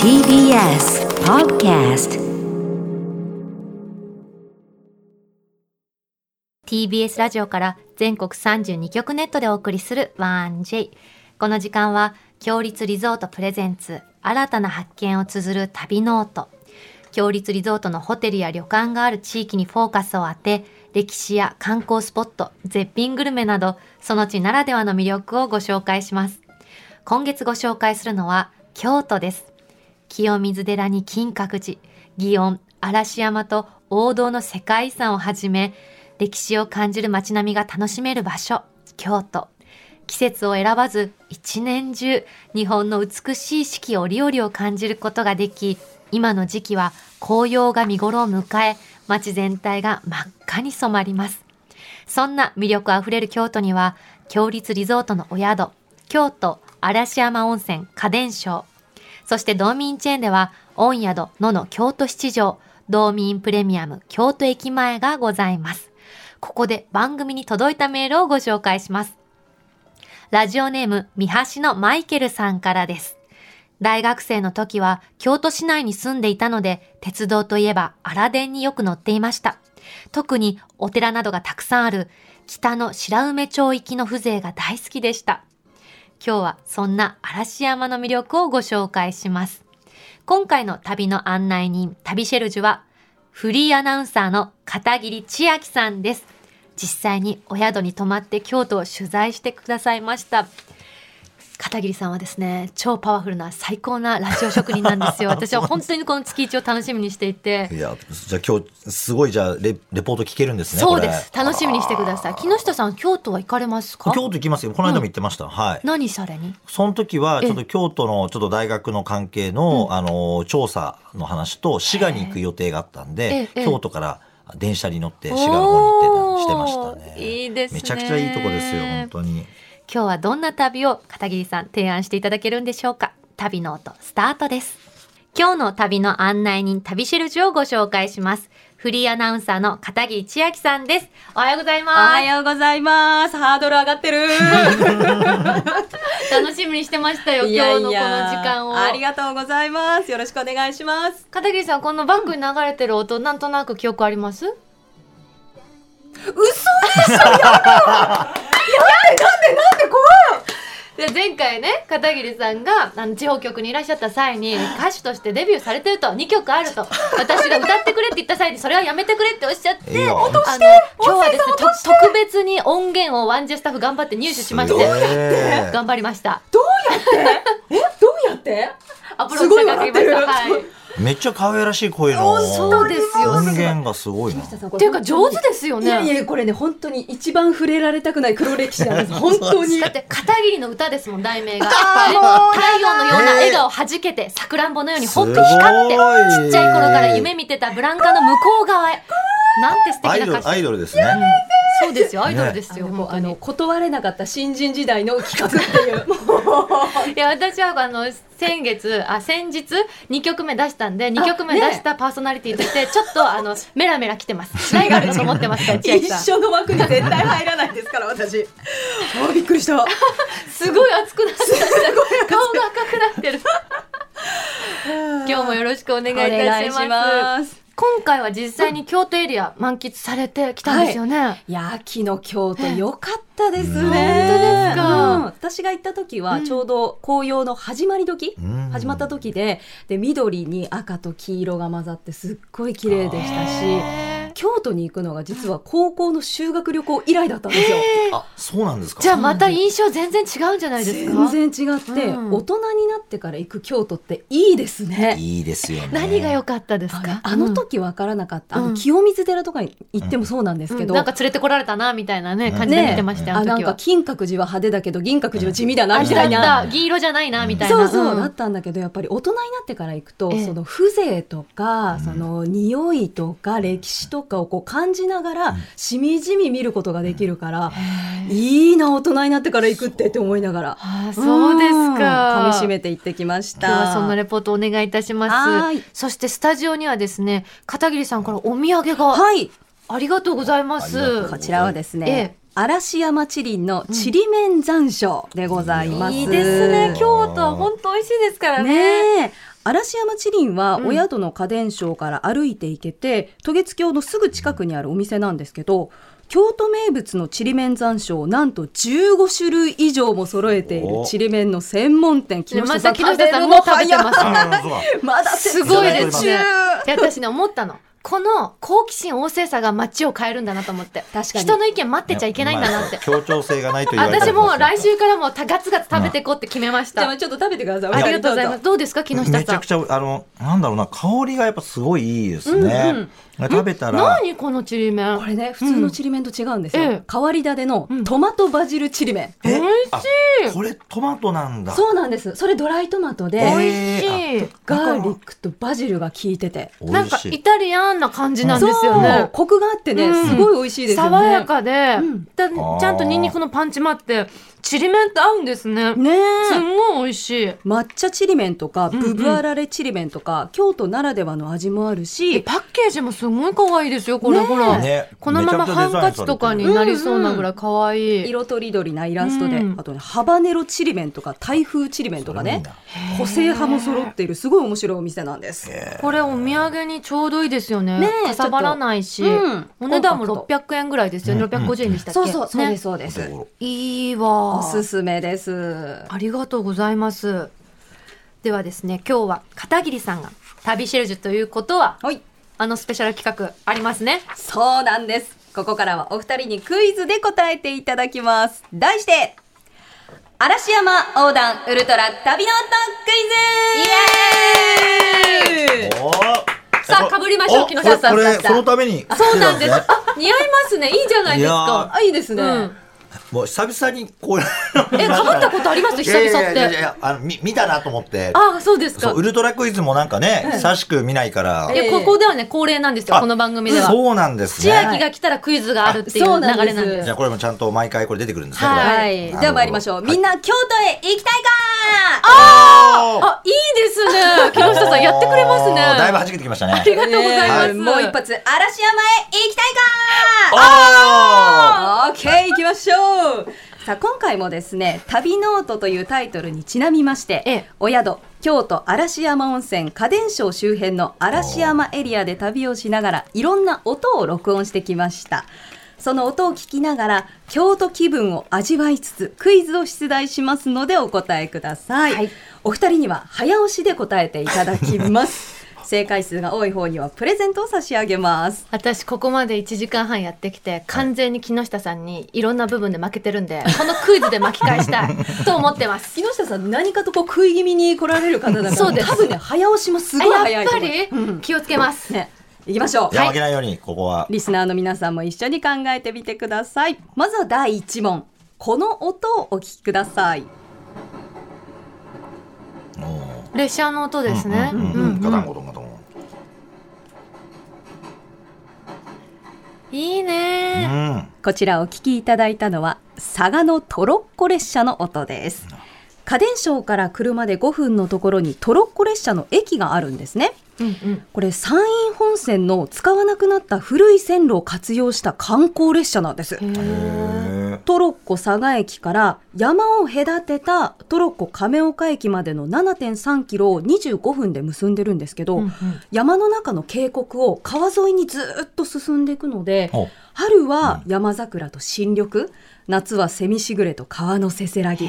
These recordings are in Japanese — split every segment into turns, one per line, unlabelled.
TBS Podcast
TBS ラジオから全国32局ネットでお送りする 1J この時間は強立リゾートプレゼンツ新たな発見を綴る旅ノート強立リゾートのホテルや旅館がある地域にフォーカスを当て歴史や観光スポット絶品グルメなどその地ならではの魅力をご紹介します今月ご紹介するのは京都です清水寺に金閣寺祇園嵐山と王道の世界遺産をはじめ歴史を感じる街並みが楽しめる場所京都季節を選ばず一年中日本の美しい四季折々を感じることができ今の時期は紅葉が見頃を迎え街全体が真っ赤に染まりますそんな魅力あふれる京都には強立リゾートのお宿京都嵐山温泉家電商そして道民チェーンでは、御宿野の京都七条、道民プレミアム京都駅前がございます。ここで番組に届いたメールをご紹介します。ラジオネーム、三橋のマイケルさんからです。大学生の時は京都市内に住んでいたので、鉄道といえば荒電によく乗っていました。特にお寺などがたくさんある北の白梅町行きの風情が大好きでした。今日はそんな嵐山の魅力をご紹介します。今回の旅の案内人、旅シェルジュは、フリーアナウンサーの片桐千秋さんです。実際にお宿に泊まって京都を取材してくださいました。片桐さんはですね、超パワフルな最高なラジオ職人なんです よ。私は本当にこの月一を楽しみにしていて。
いや、じゃあ今日、すごい、じゃあレ、レポート聞けるんですね、
そう
これ
です。楽しみにしてください。木下さん、京都は行かれますか
京都行きますよ。この間も行ってました。はい。
何されに
その時は、ちょっと京都の、ちょっと大学の関係の、あの、調査の話と、滋賀に行く予定があったんで、
ええ
京都から電車に乗って、滋賀の方に行ってた、してました
おー
ね。
いいですね
めちゃくちゃいいとこですよ、本当に。
今日はどんな旅を片桐さん提案していただけるんでしょうか旅の音スタートです今日の旅の案内人旅シェルジュをご紹介しますフリーアナウンサーの片桐千秋さんですおはようござい
おは
ます
ようございます。ハードル上がってる。
楽しみにしてましたよ今日のこの時間を
ありがとうございます。よろしくお願いします。
片桐さんこのバックに流れてる音なんとなく記憶あります
嘘でし
で前回ね片桐さんがあの地方局にいらっしゃった際に歌手としてデビューされてると2曲ある と私が歌ってくれって言った際にそれはやめてくれっておっしゃって
いいよ
あの
落と
今日はですねと特別に音源をワンジェスタッフ頑張って入手しまし
すごい
て頑張りました
ょえ、どうやって？
アプローチがかけまし
すごい
た
笑って
はい
る
めっちゃ可愛らしい声の、
そうですよ
音源がすごいな。
っていうか上手ですよね
いやいやこれね本当に一番触れられたくない黒歴史なんです。 本当に
だ。って片桐の歌ですもん題名がね太陽のような笑顔はじけてさくらんぼのように本当に光って
すごい
ちっちゃい頃から夢見てたブランカの向こう側へなんて素
アイ
敵
ド
な歌
ル、
詞
アイドルですね。
そうですよアイドルです
あ
よ、
のも
本当
うあ
に
の断れなかった新人時代の企画っていう。 もう
いや私はあの先月あ先日2曲目出したんで2曲目出したパーソナリティとしてちょっとあ のメラメラ来てますライバルだと思ってますから千秋
一
さん
緒の枠に絶対入らないですから私。あびっくりした。
すごい熱くなってきた顔が赤くなって る今日もよろしくお願いいたします
お願いしす。
今回は実際に京都エリア満喫されてきたんですよね、
いや秋の京都良かったですね。
本当
ですか
うん私が行った時は
うん
ちょうど紅葉の始まり時、
うん
始まった時で、で緑に赤と黄色が混ざってすっごい綺麗でしたし、
へー
京都に行くのが実は高校の修学旅行以来だったんですよ。
あ、そうなんですか。
じゃあまた印象全然違うんじゃないですか
全然違って、
うん
大人になってから行く京都っていいですね。
いいですよね。
何が良かったです
あ
か
のあの時わからなかった、あ
うん
の清水寺とかに行ってもそうなんですけど、
うんなんか連れてこられたなみたいなね感じで見てましたよ、
あ
あの
なん
時
か
は。
金閣寺は派手だけど銀閣寺は地味だなみ
味
た
だっ
いな
た銀色じゃないなみたいな。
そうそう、
ん
だったんだけどやっぱり大人になってから行くと、
ええ
その風情とか、
うん
その匂いとか歴史とかをこう感じながら、しみじみ見ることができるから、いいな大人になってから行くってって思いながら
あーそうですか。
うん噛みしめ
て。
て行ってきました
今日はそんなレポートお願いいたしま
は
す
い。
そしてスタジオにはですね、片桐さんからお土産が
はい
ありがとうございま
ありがとう
す
ござ
こ
い。
ちらはですね、
ええ
嵐山地林のちりめん山椒でございます、
いいですね。京都は本当美味しいですからね。
ねえ嵐山地林は
うん
お宿の家電商から歩いて行けて、渡月橋のすぐ近くにあるお店なんですけど京都名物のちりめん山椒をなんと15種類以上も揃えている
お
ちりめんの専門店木下
ま
さ
た
ん
木下さんもう食べてますね。
あそうだ
まだ
すごいですね
説明中。
で私ね思ったの。この好奇心旺盛さが街を変えるんだなと思って。
確かに
人の意見待ってちゃいけないんだなって
まあ。協調性がないと言われて
私
も
もう来週からもうたガツガツ食べていこうって決めまし
じゃ
た。
あ
あ
ちょっと食べてください
りがとうございま
ど
す。どうですか木下
めち
さ
ゃ
ん
く。ちゃあのなんだろうな香りがやっぱすごいいいです
うんう
ね
ん。
食べたら
何このちりめん。
うこれね普通のちりめんと違うんですよ、
ええ
変わり種の
うん
トマトバジルちりめん、
え
美味し
あこれトマトなんだ。
そうなんですそれドライトマトで、
えー
美味しい。
ガーリックとバジルが効いてて
美
なん
味
か
し
イ
い。
タリアンな感じなん
そう
ですよね。
コクがあって
う
ね、
ん
すごい美味しいですよね
爽やかで、
うん
だちゃんとニンニクのパンチもあって、ちりめんと合うんですね。
ね
す
え
んごい美味しい。
抹茶ちりめんとか
んうん
ブブアラレちりめんとか、京都ならではの味もある
え
し
パッケージもすごい可愛いですよ、これ、
ねえ
ほら、
ね
このままハンカチとかになりそうなぐらい可愛い。
色とりどりなイラストで、
うん
あとねハバネロちりめんとか台風ちりめんとかね
それも
個性派も揃っているすごい面白いお店なんです。
これお土産にちょうどいいですよね。
ねえ
かさばらないし、
ちょっとうん
お値段も
コン
600円ぐらいですよね。
うん
650円でしたっけ、
そうそうそうです
ね。
お
そうです。
手頃
いいわ。
おすすめです。
ありがとうございます。ではですね、今日は片桐さんが旅シェルジュということは、
はい、
あのスペシャル企画ありますね。
そうなんです。ここからはお二人にクイズで答えていただきます。題して、嵐山横断ウルトラ旅の音クイズイエーイ
さあ被りましょう
お
木下さん
これこれ
さあさあ
そのために。
そうなんです。
来てたね
あ、似合いますね。いいじゃないです
いや
か。
あ、いいですね。
うん。
もう久々にこういう。
え、被ったことあり ます久々っ
いやいやいやい
て。
やあの見見たなと思って。
あ、そうです
そ
か
うウ。ルトラクイズもなんかね久しく見ないから
い。や、ここではね、恒例なんですよ。
あ
この番組では。
そうなんです
千
ね。
秋が来たらクイズがあるっていう
はい
流れなんで
あ
す。
じゃあこれもちゃんと毎回これ出てくるんですね。これ
は
はいい。では参りましょう。みんな京都へ行きたいか
あー
あ、いいですね。木下 さんやってくれますね。
だいぶ弾けてきましたね。あ
ありがとうございます。
ねえもう一発、嵐山へ行きたいか
あ
オッケー行きましょうさあ今回もですね「旅ノート」というタイトルにちなみまして、
ええ
お宿京都嵐山温泉家電商周辺の嵐山エリアで旅をしながらいろんな音を録音してきましたその音を聞きながら京都気分を味わいつつクイズを出題しますのでお答えください、
はい
お二人には早押しで答えていただきます 正解数が多い方にはプレゼントを差し上げます
私ここまで1時間半やってきて完全に木下さんにいろんな部分で負けてるんでこのクイズで巻き返した いと思ってます
木下さん何かとこう食い気味に来られる方だから
そうです
多分ね早押しもすごい
あ
早
や
い
っ
と
ぱ
思う
り、
うん
気をつけます
ね行きまし
ー。
ょう、
いや負けないようにここは。
リスナーの皆さんも一緒に考えてみてくださいまずは第一問この音をお聞きください
おー
列車の音ですね
うんうんうんガタンゴトンガトン。
いいね
うん。
こちらお聞きいただいたのは佐賀のトロッコ列車の音です家電商から車で5分のところにトロッコ列車の駅があるんですね
うんうん
これ山陰本線の使わなくなった古い線路を活用した観光列車なんです
へー
へー
トロッコ佐賀駅から山を隔てたトロッコ亀岡駅までの7.3キロを25分で結んでるんですけど、
うんうん
山の中の渓谷を川沿いにずっと進んでいくので
お
春は山桜と新緑夏は蝉しぐれと川のせせらぎ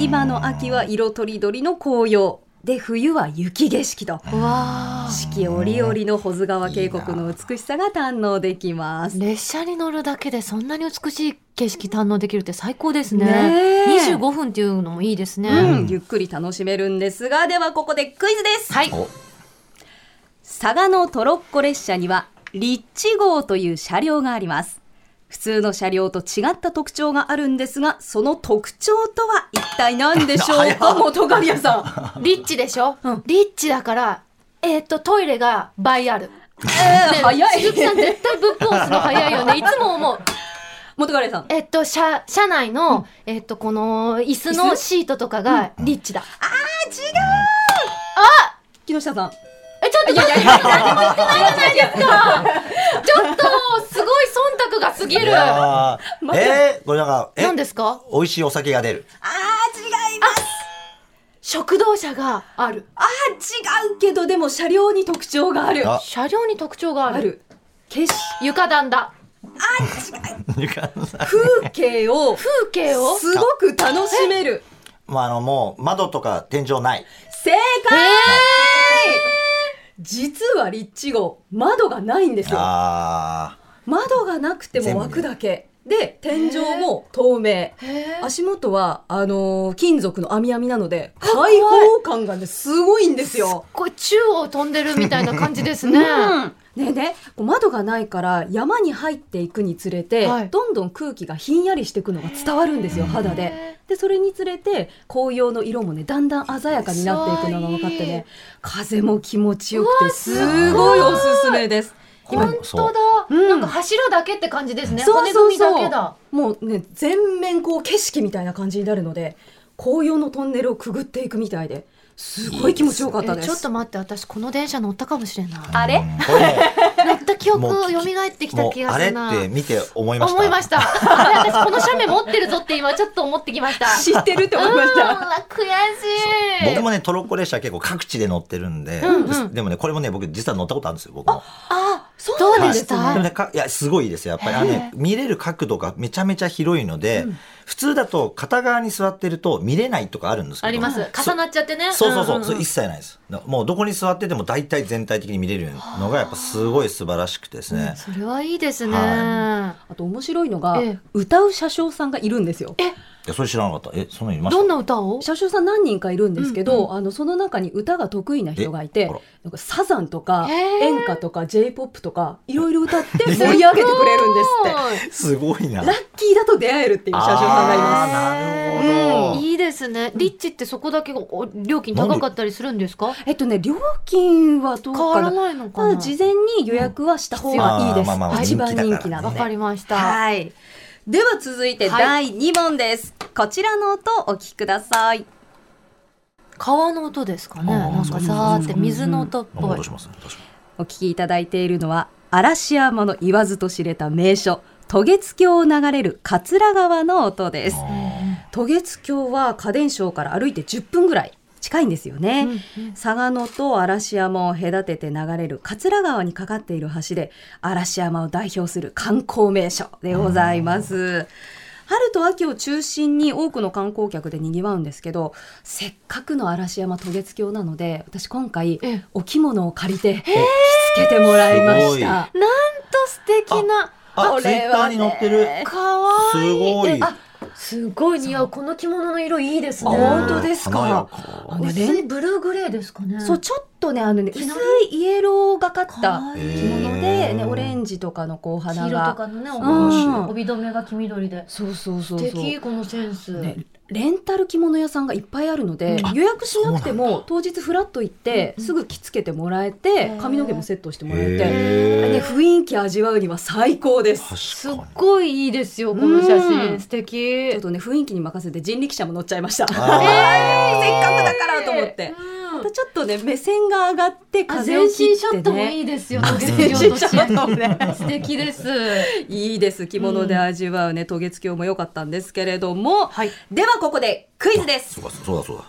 今の秋は色とりどりの紅葉で冬は雪景色と
うわー
四季折々の保津川渓谷の美しさが堪能できます。
列車に乗るだけでそんなに美しい景色堪能できるって最高です
ね
ね
え
25分っていうのもいいですね、
うん、ゆっくり楽しめるんですが、ではここでクイズです。
はい
お
佐賀のトロッコ列車には、リッチ号という車両があります。普通の車両と違った特徴があるんですが、その特徴とは一体何でしょうか、元神谷さん。
リッチでしょ、
ん
リッチだから、えっ、と、トイレが倍ある。
えー、早
鈴木さん
い。
絶対ぶっ壊すの早いよ ね。いつも思う。
元神谷さん。
えっと、車、車内の、えっと、この、椅子
椅
の
子
シートとかがリッチだ。
木下さん。
え、ちょっと待って、何も言ってないじゃないですか。ちょっと、すごい忖度が過ぎ
い
る。
やーえーこれなんかえ
何ですか
美味しいお酒が出る。
あー、違います。
食堂車がある
あ違うけどでも車両に特徴がある
あ
車両に特徴があ
あ
る
る景色
床暖だ
風景を
風景を
すごく楽しめる
まああのもう窓とか天井ない。
正解、実は立地号窓がないんですよ
あ
窓がなくても枠だけで天井も透明足元はあのー金属の網網なので開放感がねすごいんですよ。
これ宙を飛んでるみたいな感じですね、
ねえねこう窓がないから山に入っていくにつれて、
はい
どんどん空気がひんやりしていくのが伝わるんですよ肌で。でそれにつれて紅葉の色もねだんだん鮮やかになっていくのが分かって
かわいい
ね風も気持ちよくてすごいおすすめです。今
本当だ、
うん
なんか柱だけって感じですね
そうそうそう
骨組みだけだ
もうね全面こう景色みたいな感じになるので紅葉のトンネルをくぐっていくみたいですごい気持ちよかった
え
です
ちょっと待って私この電車乗ったかもしれない
あ。
あれ
うんこれ
乗った記憶
もう
蘇
聞き
ってきた
もうも
気
う
が
あ
す
れ
る
っ
な
て見て思いました。
思いましたあれ私この写メ持ってるぞって今ちょっと思ってき ました
知ってるって思いまし
う
た
わ悔しい
僕もねトロッコ列車結構各地で乗ってるんで、
うんうん
ででもねこれもね僕実は乗ったことあるんですよ僕も。
そ
どう
なん
で
で
し
すね
た
でもねかいやすごいですよやっぱりあのね見れる角度がめちゃめちゃ広いので、普通だと片側に座ってると見れないとかあるんですけど。
あります重なっちゃってね
そうそうそう、
んん
それ一切ないです。もうどこに座ってても大体全体的に見れるのがやっぱすごい素晴らしくてですね。
それはいいですね、
は
あと面白いのが、
ええ
歌う車掌さんがいるんですよ
いやそれ知らなかった。えそんなのいました。
どんな歌を
車掌さん何人かいるんですけど、あのその中に歌が得意な人がい
え
て
あら
なんかサザンとか
へえ
演歌とか j p o p とかいろいろ歌 って盛り上げてくれるんですっ
すごいな。
てラッキーだと出会えるっていう車掌さんがいます
あーなるほど。
いいですねリッチってそこだけお料金高かったりするんですか
えっとね料金はどう
変わ
からな
ないの
た
か
だ
な
事前に予約はした方がいいです。
うんまあまあまあ
一番人気な
わ
人気
の
だ
で。
かりました、
はい。では続いて第2問です。こちらの音お聞きください。
川の音ですかね
あー
なんかザーって水の音っ
あ
ぽい
戻しますね。確かに
お聞きいただいているのは嵐山の言わずと知れた名所。渡月橋を流れる桂川の音です。渡月橋は家電省から歩いて10分ぐらい近いんですよね、嵯峨野と嵐山を隔てて流れる桂川にかかっている橋で嵐山を代表する観光名所でございます春と秋を中心に多くの観光客でにぎわうんですけどせっかくの嵐山渡月橋なので私今回
ええ
お着物を借りて着付けてもらいました
素敵な
あツイッターに載ってる。
かわい
すごい
えあすごい似合うこの着物の色いいですね
あ本当ですか
華や
あのね
薄いブルーグレーですかね
そうちょっとねあのね薄
いき
い
なり
イエローがかった
可愛
着
い
物で、
へ
ね、
ー
オレンジとかのこう
黄
花
色と
が
かのね
うん
帯留めが黄緑で
そうそうそう
素
そう、
敵このセンス、
ね、レンタル着物屋さんがいっぱいあるので、
うん
予約しなくても当日フラッと行って、
うん
すぐ着付けてもらえ
へ
て
ー
髪の毛もセットしてもらえて、
へ
ね、雰囲気味わうには最高です
す
ー
っ
確かに。
ごいいいですよこの写
う
真
ん
素敵
ちょっとね雰囲気に任せて人力車も乗っちゃいましたせっか
あー
くだからと思って、またちょっとね目線が上がって
あ
風
全
を
身
切
ショ
っ
ット
て
も
ね
いいですよ。
全身ショットもね
素敵です。
いいです着物で味わうね渡月橋も良かったんですけれども、
はい
ではここでクイズで
そ
す
うかそうだそうだ。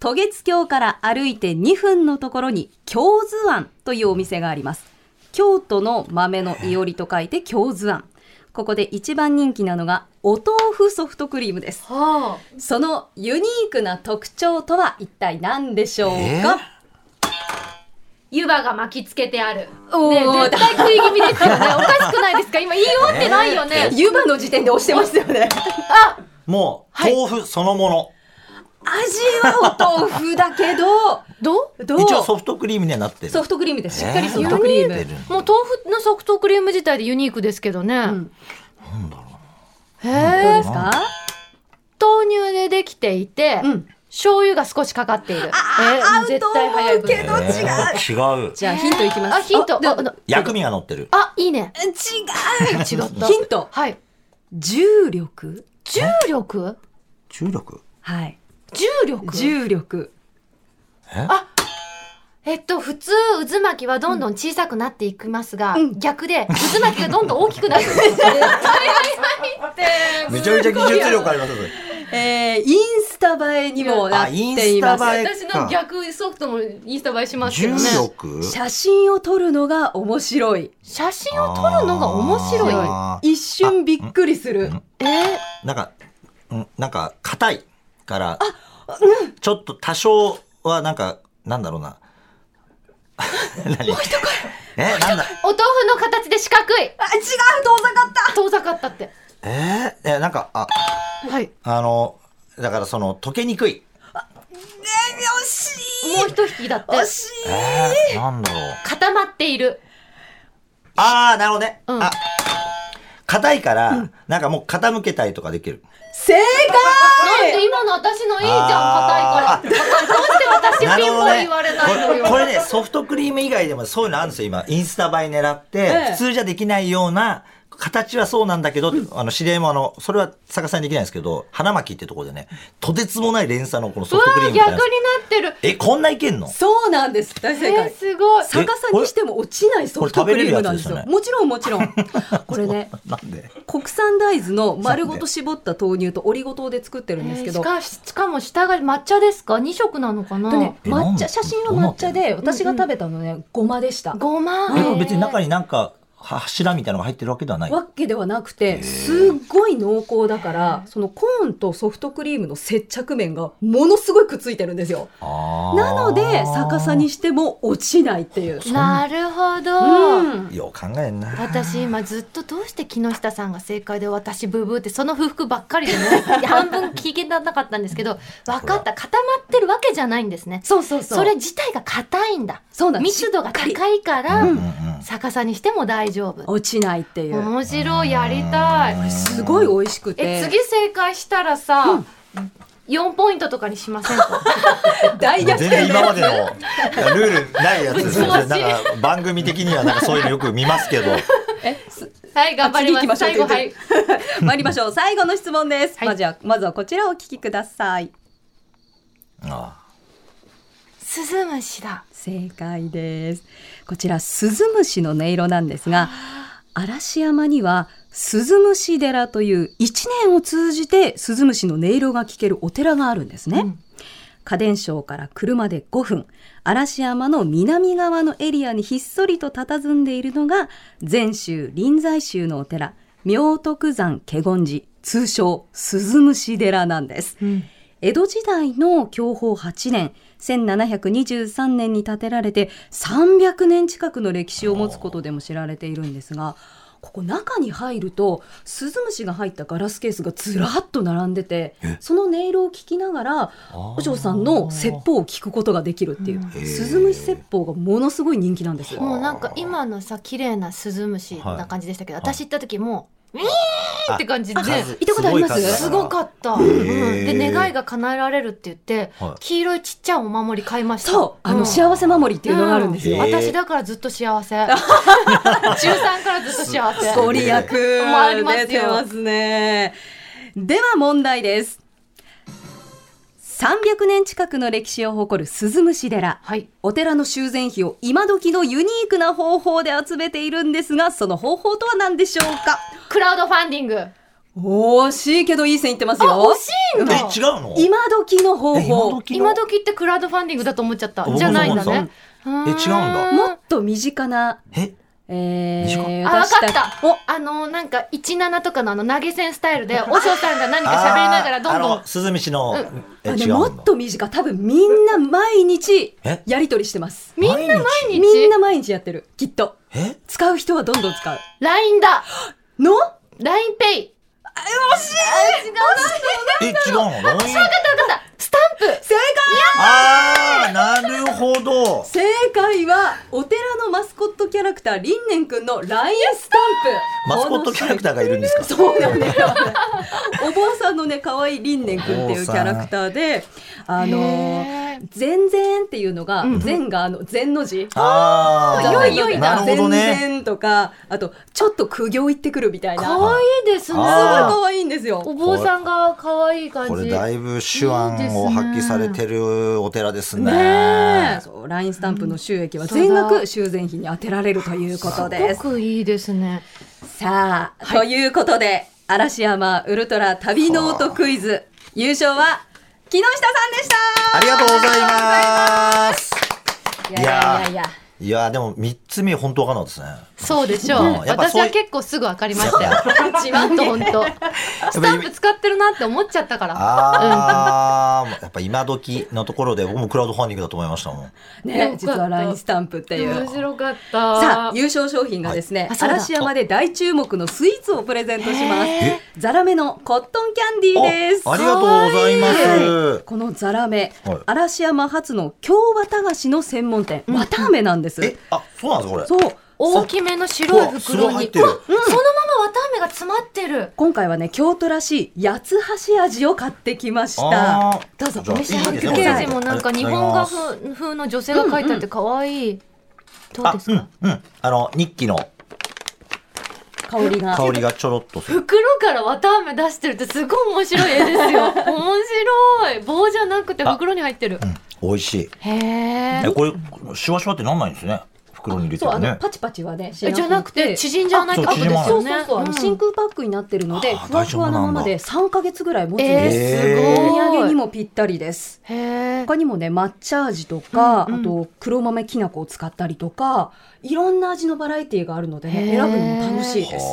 渡月橋から歩いて2分のところに京図庵というお店があります京都の豆のいおりと書いて京図庵ここで一番人気なのがお豆腐ソフトクリームです
は
そのユニークな特徴とは一体何でしょう
えー
か、
あ、湯葉が巻きつけてある。
お
ね、
ー
絶対食い気味ですよ ね。おかしくないですか。今言い終わってないよね。
湯葉の時点で押してますよね
もう
はい
豆腐そのも
味はお豆腐だけど
ど
ど
の。一応
う
ソフトクリームにはなってる。
ソフトクリームですしっかりソフトクリーム、
え出る
う？もう豆腐のソフトクリーム自体でユニークですけどね。
ん
へ
どう
え
ですか、
豆乳でできていて、
うん
醤油が少しかかっている。えー、絶対早い分
えー違う。
じゃあヒントいきます
あヒント
で
ああの
薬味が乗ってる。
あ、いいね。
違う
違った。
ヒント
はい。
重力
重力？
重力？
はい
重力？
重力
え？
えっと、普通、渦巻きはどんどん小さくなっていきますが、
うん
逆で、渦 巻きがどんどん大きくなる。
めちゃめちゃ技術力ありますね。
えーインスタ映えにもなっています。
あインスタ映え
私の逆ソフトもインスタ映えしますけどね。
重力
写真を撮るのが面白い。
写真を撮るのが面白い。
あー
一瞬びっくりする。
えー
なんか、うん、なんか、硬いから、ちょっと多少は、なんか、なんだろう な。何え、なんだ、
お豆腐の形で四角い。
あ、違う遠ざかった
遠ざかったって。
えー、え、なんか、あ、
はい。
あの、だからその、溶けにくい。
惜しい
もう一匹だって。
惜しい
えー、なんだろう。
固まっている。
あー、なるほどね。
うん
あ、硬いから、なんかもう傾けたりとかできる。
正
なんで
解
今の私のいいじゃ
あ
ん、硬いから。どうして私ピンポン言われないの
こ
よ。
れこれね、ソフトクリーム以外でもそういうのあるんですよ、今。インスタ映え狙って、
ええ
普通じゃできないような、形はそうなんだけど、あの、知り合いもあの、それは逆さにできないんですけど、花巻ってとこでね、とてつもない連鎖のこの
う
ソ
わ
フトクリー
ー
ム
逆に
みた
ない
なやつ。
ってる。
え、こんないけんの
そうなんです。大
え
正解
ー、。すごい。
逆さにしても落ちないソフトクリームなんですよ。
これ
もちろんもちろん。これね、
なんで
国産大豆の丸ごと絞った豆乳とオリゴ糖で作ってるんですけ
え
ど、
ーしかしかも下が抹茶ですか二色なのかな、
でね、
えなん
抹
で
茶、写真は抹茶で、私が食べたのね、ごまでした。
ごま
え、別に中
に
になんか、は柱みたいなのが入ってるわけではない。
わけではなくて、すっごい濃厚だから、そのコーンとソフトクリームの接着面がものすごいくっついてるんですよ。
な
なので、逆さにしても落ちないっていう。
なるほど、
うん。
よう考えんな。
私今ずっとどうして木下さんが正解で私ブーブーってその不服ばっかり でね半分聞けなかったんですけど分かった固まってるわけじゃないんですね
そうそうそう。
それ自体が硬いんだ
そうなんです
密度が高いから、
うんうん
逆さにしても大丈夫
落ちないっていう。
面白いやりたい
すごい美味しくて。
え次正解したらさ、4ポイントとかにしませんか
大
全
逆転
然
で
今までのいやルールな いやつですね。なんか番組的にはなんかそういうのよく見ますけ ど。
えす
はい頑張ります
あ
最
次行
後
きましょう
はい
参りましょう。最後の質問です。
はい
まずはまずはこちらをお聞きください。
あ
スズムシだ
正解です。こちらスズムシの音色なんですが、嵐山にはスズムシ寺という一年を通じてスズムシの音色が聞けるお寺があるんですね。家電省から車で5分、嵐山の南側のエリアにひっそりと佇んでいるのが、全州臨済宗のお寺、明徳山華厳寺、通称鈴虫寺なんです。江戸時代の享保8年、1723年に建てられて300年近くの歴史を持つことでも知られているんですが、ここ中に入ると、スズムシが入ったガラスケースがずらっと並んでて、その音色を聞きながら、
あ
お嬢さんの説法を聞くことができるっていう、
ー
スズムシ説法がものすごい人気なんです。
もうなんか今のさ綺麗なスズムシな感じでしたけど、私行った時もう「ウィーン!」って感じで
あ数
行ったことあります
ごい数だ
すごかった、うん、で願いが叶えられるって言って、
はい
黄色いちっちゃいお守り買いました
そう、あの、幸せ守りっていうのがあるんですよ。
へー
私だからずっと幸せ中3からずっと幸せ
ご利益
もありますよ
出てますね。では問題です。300年近くの歴史を誇る鈴虫寺。
はい
お寺の修繕費を今時のユニークな方法で集めているんですが、その方法とは何でしょうか
クラウドファンディングあ
惜しいけどいい線いってますよ。
惜しいん
え
だ
違うの？
今時の方
え今
法。
時の
今時ってクラウドファンディングだと思っちゃった
僕も
じゃないんだ
そう思っ
ね
て
うん
え違うんだ
もっと身近な、
え
え
身
ー、
近
あ、わ
私
か
ち
った。あの、なんか、17とかのあの、投げ銭スタイル で、お嬢さんが何か喋りながら、どんど
あ
ん
の。鈴虫のえ
あ
違
ね
う
も
の
っと身近。多分みんな毎日
え
やり取りしてます。
みんな毎日
みんな毎日やってる。きっと。
え
使う人はどんどん使う。
LINE だ
の
!LINEPay!
え違うの？ライン
ただ、スタンプ
正
あーなるほど。
解正解は、お寺のマスコットキャラクター、りんねんくんの LINE スタンプ。
マスコットキャラクターがいるんですか？
そうなんだよ。お坊さんのね、可愛いりんねんくんっていうキャラクターで、あのー、
へー
全然っていうのが、禅があの、禅の字。
ああ
良い良い
な
だ
るほどね。
全然とか、あと、ちょっと苦行行ってくるみたいな。す
か
ごい
わいいですね。
あ
可愛いんですよ。
お坊さんがかわいい感じ。
これだいぶ手腕を発揮されてるお寺ですね。
ねえ。そう、ラインスタンプの収益は全額修繕費に充てられるということです
す。ごくいいですね。
さあ、ということで、嵐山ウルトラ旅ノートクイズ。優勝は木下さんでした
ありがとうございます。
いやいやいやいや
いやーでも三つ目本当わかんなかったですね。
そうでしょう、
うんやっぱ
私
そうい
は結構すぐ分かりましたよじわっと本 当スタンプ使ってるなって思っちゃったから
ああ、やっぱ今時のところで僕もクラウドファンディングだと思いましたもん。
よか
ね
っ、た
実は LINE スタンプっていう
面。白かった
さあ優勝商品がですね、
いあそうだ
嵐山で大注目のスイーツをプレゼントしますザラメのコットンキャンディーです
あありがとうございます。
このザラメ、
はい
嵐山発の京綿菓子の専門店、綿飴なんです
え、あ、そうなんですこれ。
そう
大きめの白い袋
うわすごい入
に
ってる
うわそのまま綿あめが詰まってる
今回はね京都らしい八つ橋味を買ってきました
あー
どうぞ
じゃあ
召し上が
パ
っ
ッ
て
ケ
くだ
ー
さ
ジ
い
もなんか日本画風風の女性が描いてあって可愛いどう
あ
で、す
う
か
ん、うん。あの日記の
香りが
香りがちょろっとする。
袋から綿あめ出してるってすごい面白い絵です よ面白い棒じゃなくて袋に入ってる
うん、美味しい。
へえ
え、これシュワシュワってなんないんですね。袋に入れて
そうあ
る
の
ね。
パチパチはねし
じゃなくて縮んじゃわないってことです
そ
よ
う
ね
そうそう、あの真空パックになってるので
あー
ふわふわのままで
大
3ヶ月ぐらい持つん
えー、
です、
え
すごい
お土産にもぴったりです
へえ
他にもね抹茶味とか、
うんうん
あと黒豆きな粉を使ったりとかいろんな味のバラエティーがあるのでね
へー
選ぶのも楽しいです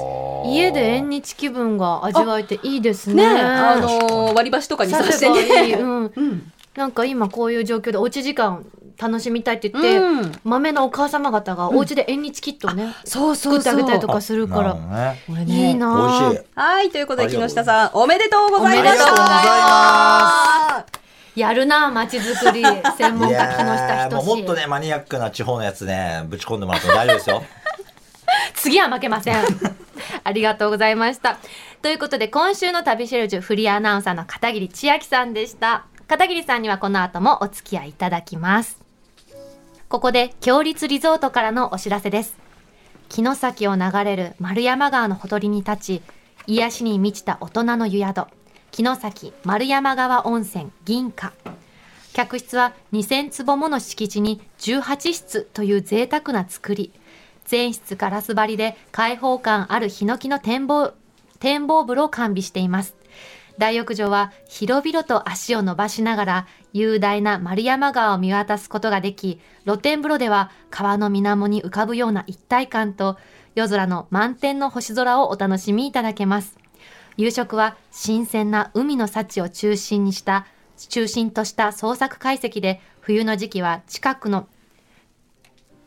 家で縁日気分が味わえていいです
ね
ね
あのー割り箸とかに
さ
刺し
せ
て
ば
ね
いい、うん、
うん
なんか今こういう状況でおうち時間楽しみたいって言って、
うん
豆のお母様方がお家で縁日キットね、
そうそうそ
作
う
ってあげたりとかするか
な
ら、
るほどね。
これ
いい
ね
な
美
あ
味しい。
はいということで木下さんおめでとうございまし
おめで
た
とうござい
ま
やるなあ街づくり 専門
い
家木
や
下
ーもう
仁
もっとねマニアックな地方のやつねぶち込んでもらっても大丈夫ですよ。
次は負けま せん
ありがとうございました。ということで、今週の旅シェルジュフリーアナウンサーの片桐千秋さんでした。片桐さんにはこの後もお付き合いいただきます。ここで、強立リゾートからのお知らせです。城崎を流れる丸山川のほとりに立ち、癒しに満ちた大人の湯宿、城崎丸山川温泉銀貨。客室は2000坪もの敷地に18室という贅沢な作り。全室ガラス張りで開放感あるヒノキの展望、展望風呂を完備しています。大浴場は広々と足を伸ばしながら雄大な丸山川を見渡すことができ、露天風呂では川の水面に浮かぶような一体感と夜空の満天の星空をお楽しみいただけます。夕食は新鮮な海の幸を中心にした、中心とした創作解析で冬の時期は近くの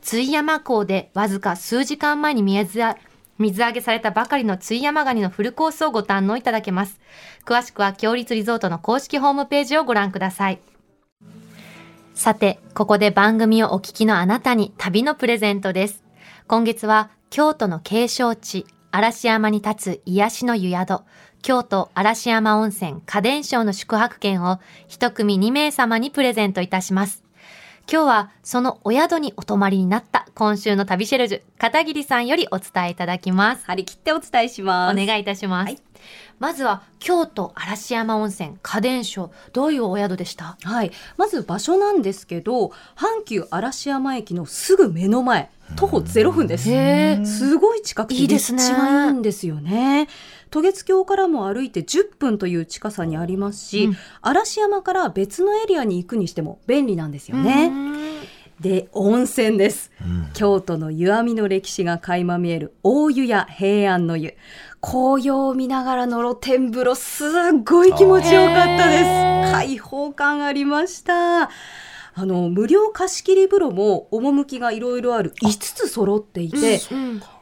津山港でわずか数時間前に水や水揚げされたばかりの津山ガニのフルコースをご堪能いただけます。詳しくは、強立リゾートの公式ホームページをご覧ください。さて、ここで番組をお聞きのあなたに旅のプレゼントです。今月は、京都の景勝地、嵐山に立つ癒しの湯宿、京都嵐山温泉家電商の宿泊券を一組2名様にプレゼントいたします。今日はそのお宿にお泊まりになった今週の旅シェルジュ片桐さんよりお伝えいただきます
張り切ってお伝えしま
お
す
願いいたします、
はい
まずは京都嵐山温泉家電商どういうお宿でした
はい、まず場所なんですけど阪急嵐山駅のすぐ目の前徒歩0分です
へー
すごい近くて
いいですね
立地がいいんですよね渡月橋からも歩いて10分という近さにありますし、嵐山から別のエリアに行くにしても便利なんですよね、で温泉です、京都の湯あみの歴史が垣間見える大湯や平安の湯紅葉を見ながらの露天風呂すっごい気持ちよかったです開放感ありましたあの無料貸切風呂も趣がいろいろある5つ揃っていて、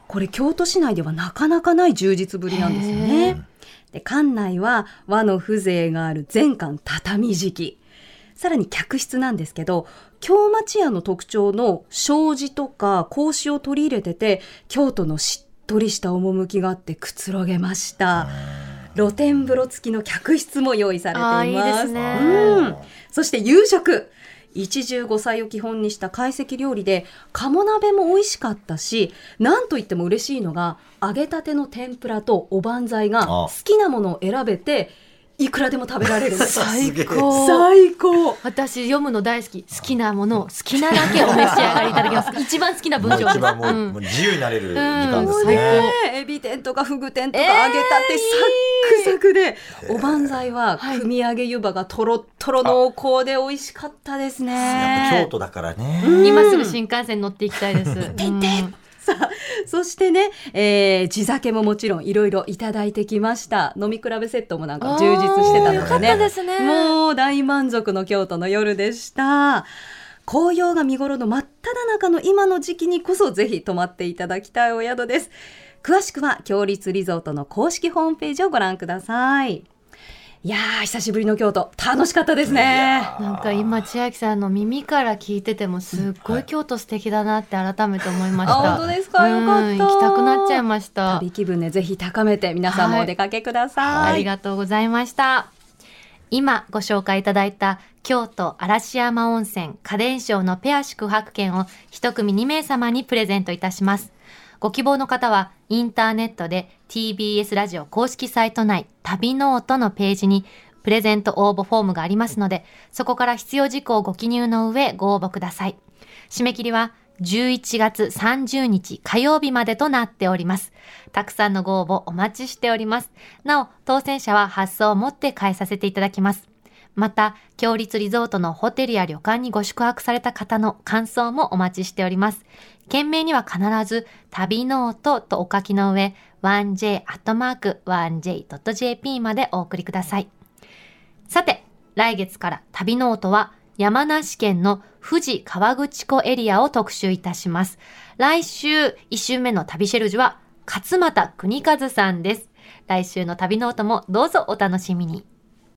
これ京都市内ではなかなかない充実ぶりなんですよね。で館内は和の風情がある全館畳敷きさらに客室なんですけど京町屋の特徴の障子とか格子を取り入れてて京都のしっとりした趣があってくつろげました露天風呂付きの客室も用意されていますうん、そして夕食一汁五菜を基本にした懐石料理で鴨鍋も美味しかったしなんといっても嬉しいのが揚げたての天ぷらとおばんざいが
あ
好きなものを選べていくらでも食べられる
すげえ
最高
最高
私読むの大好き好きなものを好きなだけお召し上がりいただきます一番好きな文
もう
章です
一番もう,、
うん
もう自由になれる時間です
最
ね。
高
えエビ天とかフグ天とか
えー
揚げたてサックサクで、おばんざいは組み上げ湯葉がとろっとろ濃厚で美味しかったです
やっぱ京
ね。
都だからね。
今すぐ新幹線乗っていきたいです。てんてん。
そしてね、えー地酒ももちろんいろいろいただいてきました飲み比べセットもなんか充実してた
よ
の
か
で
った
ね
ですね。
もう大満足の京都の夜でした。紅葉が見頃の真っ只中の今の時期にこそぜひ泊まっていただきたいお宿です。詳しくは強立リゾートの公式ホームページをご覧ください。いやー、久しぶりの京都、楽しかったですね。
なんか今千秋さんの耳から聞いててもすっごい京都素敵だなって改めて思いま
あ、
した。
本当ですかよか
う
っ
ん
た。
行きたくなっちゃいました。
旅気分ね、ぜひ高めて皆さんもお出かけくださ
あ
い。
りがとうございました。今ご紹介いただいた京都嵐山温泉家電商のペア宿泊券を一組2名様にプレゼントいたします。ご希望の方はインターネットで TBS ラジオ公式サイト内旅ノートのページにプレゼント応募フォームがありますので、そこから必要事項をご記入の上ご応募ください。締め切りは11月30日火曜日までとなっております。たくさんのご応募お待ちしております。なお、当選者は発送をもって返させていただきます。また、強立リゾートのホテルや旅館にご宿泊された方の感想もお待ちしております。件名には必ず、旅ノートとお書きの上、1j.1j.jp までお送りください。さて、来月から旅ノートは山梨県の富士河口湖エリアを特集いたします。来週1週目の旅シェルジュは勝俣邦和さんです。来週の旅ノートもどうぞお楽しみに。